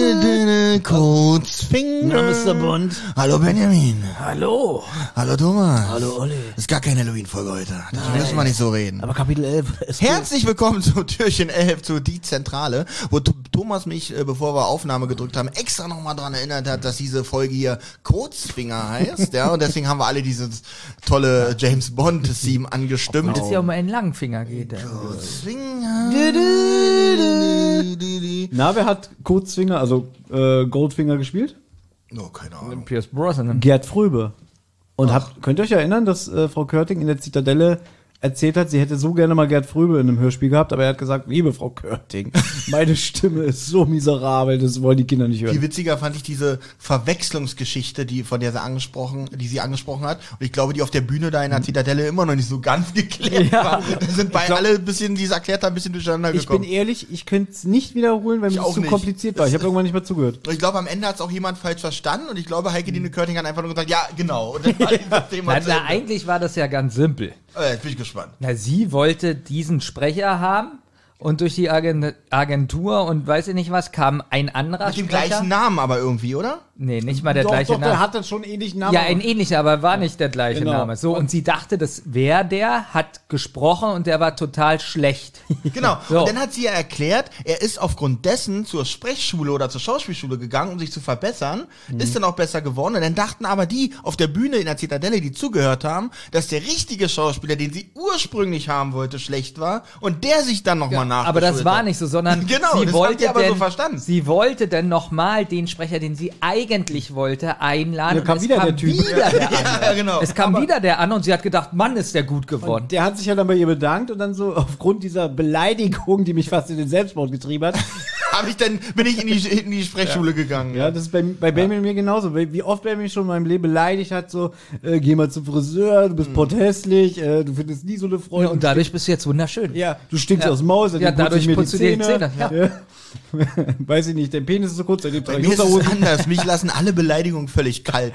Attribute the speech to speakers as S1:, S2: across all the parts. S1: Ähm,
S2: Kurzfinger.
S3: Na, Mr. Bond.
S2: Hallo Benjamin.
S3: Hallo.
S2: Hallo Thomas.
S3: Hallo, Olli.
S2: Ist gar keine Halloween-Folge heute. Das müssen wir nicht so reden.
S3: Aber Kapitel 11 ist
S2: Herzlich willkommen zu Türchen 11, zu Die Zentrale, wo Th- Thomas mich, äh, bevor wir Aufnahme gedrückt haben, extra nochmal dran erinnert hat, dass diese Folge hier Kurzfinger heißt. ja, und deswegen haben wir alle dieses tolle James Bond-Theme angestimmt.
S1: Dass es ja um einen langen Finger geht. äh,
S2: Kurzfinger.
S4: Na, wer hat Kurzfinger, also äh, Goldfinger gespielt?
S2: Oh, keine Ahnung.
S1: Pierce Brosnan.
S4: Gerd Fröbe. Und habt, könnt ihr euch erinnern, dass äh, Frau Körting in der Zitadelle erzählt hat, sie hätte so gerne mal Gerd Fröbe in einem Hörspiel gehabt, aber er hat gesagt, liebe Frau Körting, meine Stimme ist so miserabel, das wollen die Kinder nicht
S2: Viel
S4: hören.
S2: witziger fand ich diese Verwechslungsgeschichte, die von der sie angesprochen, die sie angesprochen hat. Und ich glaube, die auf der Bühne da in der Zitadelle immer noch nicht so ganz geklärt
S1: Ja.
S2: war. Da sind bei alle ein bisschen, die es erklärt haben, ein bisschen durcheinander
S4: Ich bin
S2: gekommen.
S4: ehrlich, ich könnte es nicht wiederholen, weil mir
S2: auch
S4: es zu
S2: nicht.
S4: kompliziert war. Ich habe irgendwann nicht mehr zugehört.
S2: Und ich glaube, am Ende hat es auch jemand falsch verstanden. Und ich glaube, Heike Dine Körting hat einfach nur gesagt, ja, genau. Und dann war dieses Thema
S1: Na,
S2: zu
S1: na,
S2: Ende.
S1: eigentlich war das ja ganz simpel.
S2: Äh, Jetzt bin ich gespannt.
S1: Na, sie wollte diesen Sprecher haben und durch die Agen- Agentur und weiß ich nicht was kam ein anderer
S2: Mit dem
S1: Sprecher.
S2: gleichen Namen aber irgendwie, oder?
S1: Nee, nicht mal der gleiche Name.
S4: hat dann schon ähnlichen Namen.
S1: ja, ein ähnlicher, aber war nicht der gleiche
S4: Genau.
S1: Name. So, und sie dachte, das wäre der, hat gesprochen und der war total schlecht.
S2: Genau.
S1: So.
S2: Und dann hat sie ja erklärt, er ist aufgrund dessen zur Sprechschule oder zur Schauspielschule gegangen, um sich zu verbessern,
S1: Mhm.
S2: ist dann auch besser geworden. Und dann dachten aber die auf der Bühne in der Zitadelle, die zugehört haben, dass der richtige Schauspieler, den sie ursprünglich haben wollte, schlecht war und der sich dann nochmal ja,
S1: Aber das war nicht so, sondern
S2: Genau, das
S1: sie,
S2: haben
S1: wollte
S2: die aber so
S1: denn,
S2: verstanden.
S1: sie wollte dann nochmal den Sprecher, den sie eigentlich wollte, einladen.
S4: Ja,
S1: und
S4: kam
S1: es
S4: wieder der Typ.
S1: Wieder der an.
S2: Ja, genau.
S1: Es kam wieder der an und sie hat gedacht, Mann, ist der gut geworden.
S4: Und der hat sich ja dann bei ihr bedankt und dann so aufgrund dieser Beleidigung, die mich fast in den Selbstmord getrieben hat.
S2: Hab ich dann, bin ich in die, in die Sprechschule gegangen.
S4: Ja, das ist bei, bei Benjamin mir genauso. Wie wie oft Benjamin schon in meinem Leben beleidigt hat, so, äh, geh mal zum Friseur, du bist potthässlich, äh, du findest nie so eine Freundin.
S1: und dadurch bist du jetzt wunderschön.
S4: ja, du stinkst
S1: Ja.
S4: aus dem Maul,
S1: Ja, dadurch putzt du dir die Zähne,
S4: Ja. Weiß ich nicht, dein Penis ist so kurz, seitdem
S2: Bei
S4: trage ich
S2: mir ist es
S4: Unterhosen.
S2: anders. Mich lassen alle Beleidigungen völlig kalt.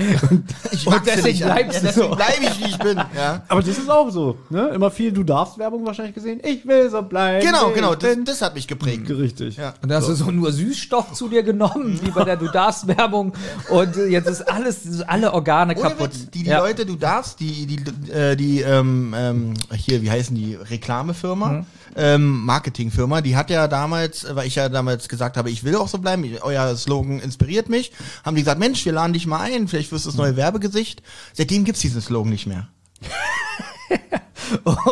S2: Ich wachse
S1: deswegen
S2: nicht an.
S1: bleibst
S2: ja,
S1: du
S2: deswegen
S1: so.
S2: bleibe ich, wie ich bin. Ja.
S4: Aber das ist auch so, ne? Immer viel Du darfst Werbung wahrscheinlich gesehen. Ich will so bleiben.
S2: Genau,
S4: ich
S2: genau. Das,
S4: bin-
S2: das hat mich geprägt.
S4: Richtig.
S2: Ja.
S1: Und da hast du so nur Süßstoff zu dir genommen, wie bei der Du darfst Werbung. Und jetzt ist alles, alle Organe
S2: Ohne
S1: kaputt.
S2: Witz, die, die
S1: ja.
S2: Leute, du darfst, die, die, äh, die ähm, ähm, hier, wie heißen die, Reklamefirma,
S1: Mhm.
S2: ähm, Marketingfirma, die hat ja damals, äh, weil ich ja damals gesagt habe, ich will auch so bleiben, ich- euer Slogan inspiriert mich, haben die gesagt, Mensch, wir laden dich mal ein, vielleicht wirst du das
S1: Mhm.
S2: neue Werbegesicht. Seitdem gibt's diesen Slogan nicht mehr.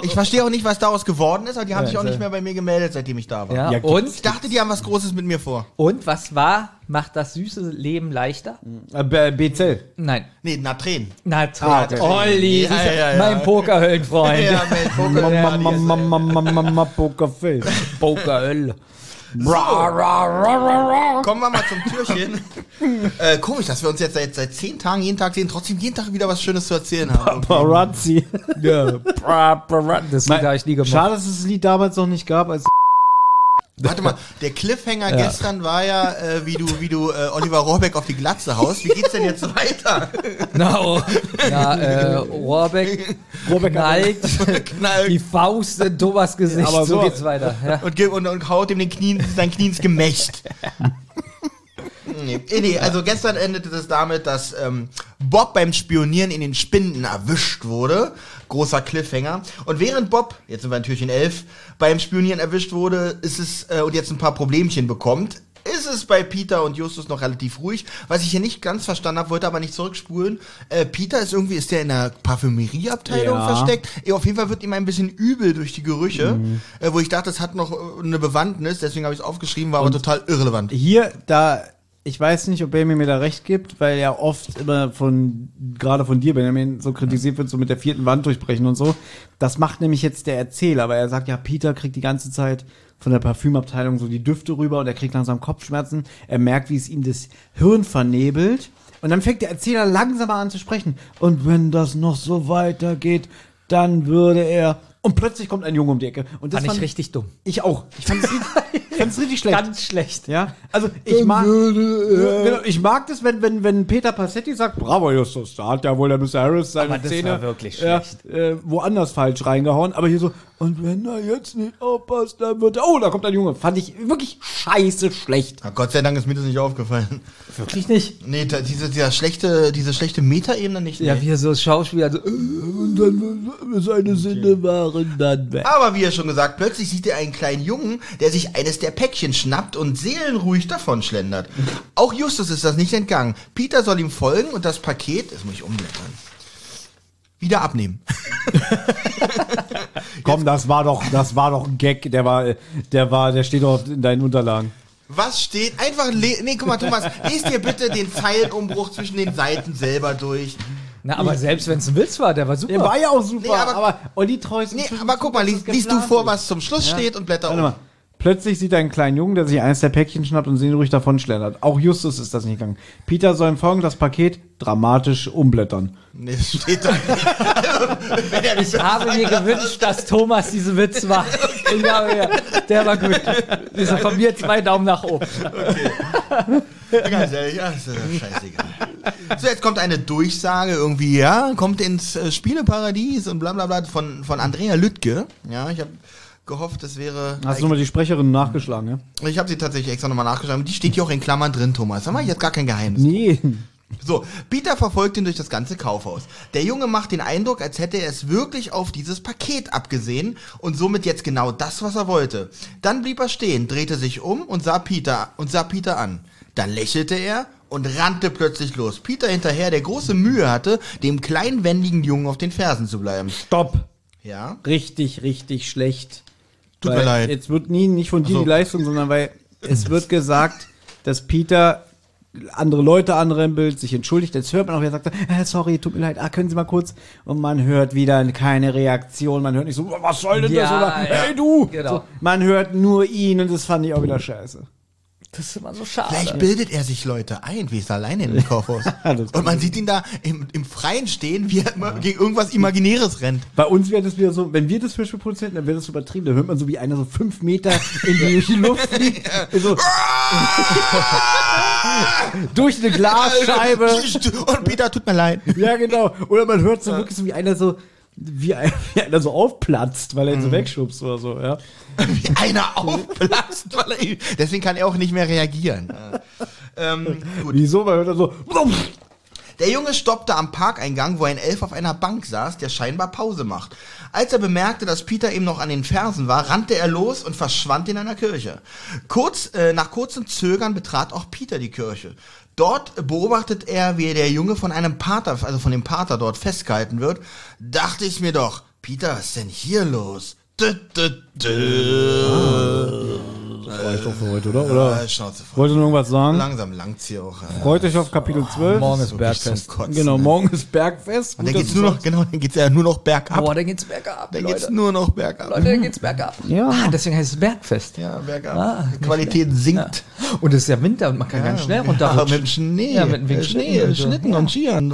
S2: ich verstehe auch nicht, was daraus geworden ist, aber die haben sich auch nicht mehr bei mir gemeldet, seitdem ich da war.
S1: ja,
S4: Ja,
S2: Ich
S1: und,
S2: dachte, die haben was Großes mit mir vor.
S1: und was war, macht das süße Leben leichter?
S2: Mhm.
S4: Äh, B- BZ.
S1: Nein.
S2: Nee, na Tränen.
S1: Na, Tat,
S2: okay.
S1: Olli,
S2: Ah, Ja,
S1: siehst du,
S2: ja, ja.
S1: mein Pokerhöllenfreund.
S2: Mensch, Poker,
S4: Mama,
S2: ja, die ist-
S4: Mama, Mama, Mama, Pokerface.
S1: Pokerhölle.
S2: Kommen wir mal zum Türchen. äh, komisch, dass wir uns jetzt seit, seit zehn Tagen jeden Tag sehen, trotzdem jeden Tag wieder was Schönes zu erzählen haben.
S4: Paparazzi.
S1: Ja, bra, bra, bra. Das Lied habe ich nie gemacht.
S4: Schade, dass es das Lied damals noch nicht gab, als
S2: Warte mal, der Cliffhanger gestern war ja, äh, wie du, wie du äh, Oliver Rohrbeck auf die Glatze haust. Wie geht's denn jetzt weiter?
S1: Na, oh. Na äh, Rohrbeck
S4: Rohrbeck hat-
S1: knallt die
S2: Knall.
S1: Faust in Thomas Gesicht.
S4: Aber
S1: so
S4: so-
S1: geht's weiter. Ja.
S2: Und, ge- und, und haut ihm den Knien, sein Knie ins Gemächt. Nee, eh, nee, also gestern endete das damit, dass ähm, Bob beim Spionieren in den Spinden erwischt wurde. Großer Cliffhanger. Und während Bob, jetzt sind wir in Türchen 11, beim Spionieren erwischt wurde, ist es, äh, und jetzt ein paar Problemchen bekommt, ist es bei Peter und Justus noch relativ ruhig. Was ich hier nicht ganz verstanden habe, wollte aber nicht zurückspulen. Äh, Peter ist irgendwie, ist der in der Parfümerieabteilung
S4: Ja.
S2: versteckt? Eh, auf jeden Fall wird ihm ein bisschen übel durch die Gerüche,
S1: Mhm.
S2: äh, wo ich dachte, es hat noch äh, eine Bewandtnis, deswegen habe ich es aufgeschrieben, war aber total irrelevant.
S4: hier, da, ich weiß nicht, ob Benjamin mir da recht gibt, weil ja oft immer von, gerade von dir, Benjamin, so kritisiert wird, so mit der vierten Wand durchbrechen und so. Das macht nämlich jetzt der Erzähler, weil er sagt, ja, Peter kriegt die ganze Zeit von der Parfümabteilung so die Düfte rüber und er kriegt langsam Kopfschmerzen. Er merkt, wie es ihm das Hirn vernebelt. Und dann fängt der Erzähler langsamer an zu sprechen. Und wenn das noch so weitergeht, dann würde er. Und plötzlich kommt ein Junge um die Ecke. Und das
S1: Fand ich richtig dumm.
S4: Ich auch. Ich fand es richtig, fand's richtig schlecht.
S1: Ganz schlecht.
S4: Ja, also ich mag, genau, ich mag das, wenn, wenn, wenn Peter Passetti sagt, bravo Justus, da hat ja wohl der Mr. Harris seine
S1: Aber das
S4: Szene
S1: war wirklich
S4: ja,
S1: schlecht.
S4: äh, woanders falsch reingehauen, aber hier so, Und wenn er jetzt nicht aufpasst, dann wird er. Oh, da kommt ein Junge. Fand ich wirklich scheiße schlecht.
S2: Na, Gott sei Dank ist mir das nicht aufgefallen.
S4: Wirklich nicht.
S2: Nee, da, diese, dieser schlechte, diese schlechte Metaebene nicht.
S1: Ja,
S2: nee.
S1: wie so Schauspieler. So,
S4: Und dann seine Sinne waren dann weg.
S2: Aber wie ja schon gesagt, plötzlich sieht er einen kleinen Jungen, der sich eines der Päckchen schnappt und seelenruhig davon schlendert. Auch Justus ist das nicht entgangen. Peter soll ihm folgen und das Paket, das muss ich umblättern, wieder abnehmen.
S4: Komm, das war doch, das war doch ein Gag. Der war, der war, der steht doch in deinen Unterlagen.
S2: Was steht? Einfach, le nee, guck mal, Thomas, lest dir bitte den Zeilenumbruch zwischen den Seiten selber durch.
S1: na, aber selbst wenn es ein Witz war, äh. der war super.
S4: Der war ja auch super,
S2: Nee, aber-
S4: aber, Olli treu ist
S2: Nee,
S4: inzwischen
S2: aber
S4: zu
S2: guck mal,
S4: gut,
S2: liest,
S4: dass
S2: liest du
S4: geplant
S2: vor,
S4: ist.
S2: was zum Schluss steht und blätter
S4: Warte
S2: um.
S4: mal. Plötzlich sieht er einen kleinen Jungen, der sich eines der Päckchen schnappt und sehnruhig davon schlendert. Auch Justus ist das nicht gegangen. Peter soll im Folgenden das Paket dramatisch umblättern.
S2: Nee, das steht da nicht. Also, wenn er nicht
S1: ich habe mir gewünscht, dass Thomas diesen Witz macht. Ich habe mir, der war gut. Diese von mir zwei Daumen nach oben.
S2: Ganz ehrlich, ja, ist ja scheißegal. So, jetzt kommt eine Durchsage irgendwie, ja, kommt ins äh, Spieleparadies und bla bla bla von, von Andrea Lüttke. Ja, ich habe gehofft, das wäre.
S4: Hast du nochmal die Sprecherin nachgeschlagen, ja?
S2: Ich habe sie tatsächlich extra nochmal nachgeschlagen. Die steht hier auch in Klammern drin, Thomas. Sag mal, ich hat gar kein Geheimnis.
S4: Nee.
S2: So, Peter verfolgt ihn durch das ganze Kaufhaus. Der Junge macht den Eindruck, als hätte er es wirklich auf dieses Paket abgesehen und somit jetzt genau das, was er wollte. Dann blieb er stehen, drehte sich um und sah Peter und sah Peter an. Dann lächelte er und rannte plötzlich los. Peter hinterher, der große Mühe hatte, dem kleinen wendigen Jungen auf den Fersen zu bleiben.
S4: Stopp.
S2: Ja.
S4: Richtig, richtig schlecht.
S2: Tut
S4: weil
S2: mir leid. Also
S4: Jetzt wird nie, nicht von
S2: Ach
S4: dir
S2: so.
S4: die Leistung, sondern weil es wird gesagt, dass Peter andere Leute anrempelt, sich entschuldigt. Jetzt hört man auch, wie er sagt, äh, sorry, tut mir leid, ah, können Sie mal kurz. Und man hört wieder keine Reaktion. Man hört nicht so, was soll denn das?
S1: Ja,
S4: Oder,
S1: ja.
S4: hey du!
S1: Genau.
S4: So, man hört nur ihn und das fand ich auch wieder scheiße.
S1: Das ist immer so schade.
S2: Vielleicht bildet er sich Leute ein, wie es alleine in dem Kaufhaus.
S4: Das
S2: Und man sieht ihn da im, im Freien stehen, wie er immer gegen irgendwas Imaginäres rennt.
S4: Bei uns wäre das wieder so, wenn wir das Hörspiel produzieren, dann wäre das übertrieben. Dann hört man so, wie einer so fünf Meter in die Luft fliegt. So,
S2: Ah!
S4: durch eine Glasscheibe.
S2: Und Peter, tut mir leid.
S4: Ja, genau. Oder man hört so wirklich so, wie einer so, wie, ein- wie einer so aufplatzt, weil er
S2: Mhm.
S4: ihn so wegschubst oder so, ja.
S2: Wie einer aufplatzt. Weil er, deswegen kann er auch nicht mehr reagieren. ähm, gut. Äh,
S4: Wieso? Man hört dann so,
S2: Der Junge stoppte am Parkeingang, wo ein Elf auf einer Bank saß, der scheinbar Pause macht. Als er bemerkte, dass Peter ihm noch an den Fersen war, rannte er los und verschwand in einer Kirche. Kurz, äh, nach kurzem Zögern betrat auch Peter die Kirche. Dort beobachtet er, wie der Junge von einem Pater, also von dem Pater dort festgehalten wird. Dachte ich mir doch, Peter, was ist denn hier los? Dö, dö, dö.
S4: das war ich doch für heute, oder?
S2: Äh, Schnauze voll.
S4: Wollt ihr noch irgendwas sagen?
S2: Langsam langt's hier auch. äh,
S4: Freut euch auf Kapitel 12.
S1: morgen ist
S2: so richtig zum
S1: Bergfest.
S2: Kotzen,
S4: Genau,
S2: ne?
S4: morgen ist Bergfest.
S2: Und dann
S4: Gut,
S2: geht's
S4: dass
S2: nur
S4: du
S2: noch, genau, dann geht's ja nur noch bergab.
S1: Boah, da geht's bergab,
S2: dann
S1: Leute.
S2: geht's nur noch bergab.
S1: Leute, da geht's bergab.
S4: Ja.
S1: Ah, deswegen heißt es Bergfest.
S2: Ja, bergab.
S1: Ah,
S2: Die Qualität sinkt.
S1: Und es ist ja Winter und man kann ganz schnell runterrutschen.
S2: Ja, mit dem Schnee.
S1: Ja, mit dem
S2: Äh,
S1: Schnee
S2: Schnee,
S1: und so.
S2: Schnitten und Skiern.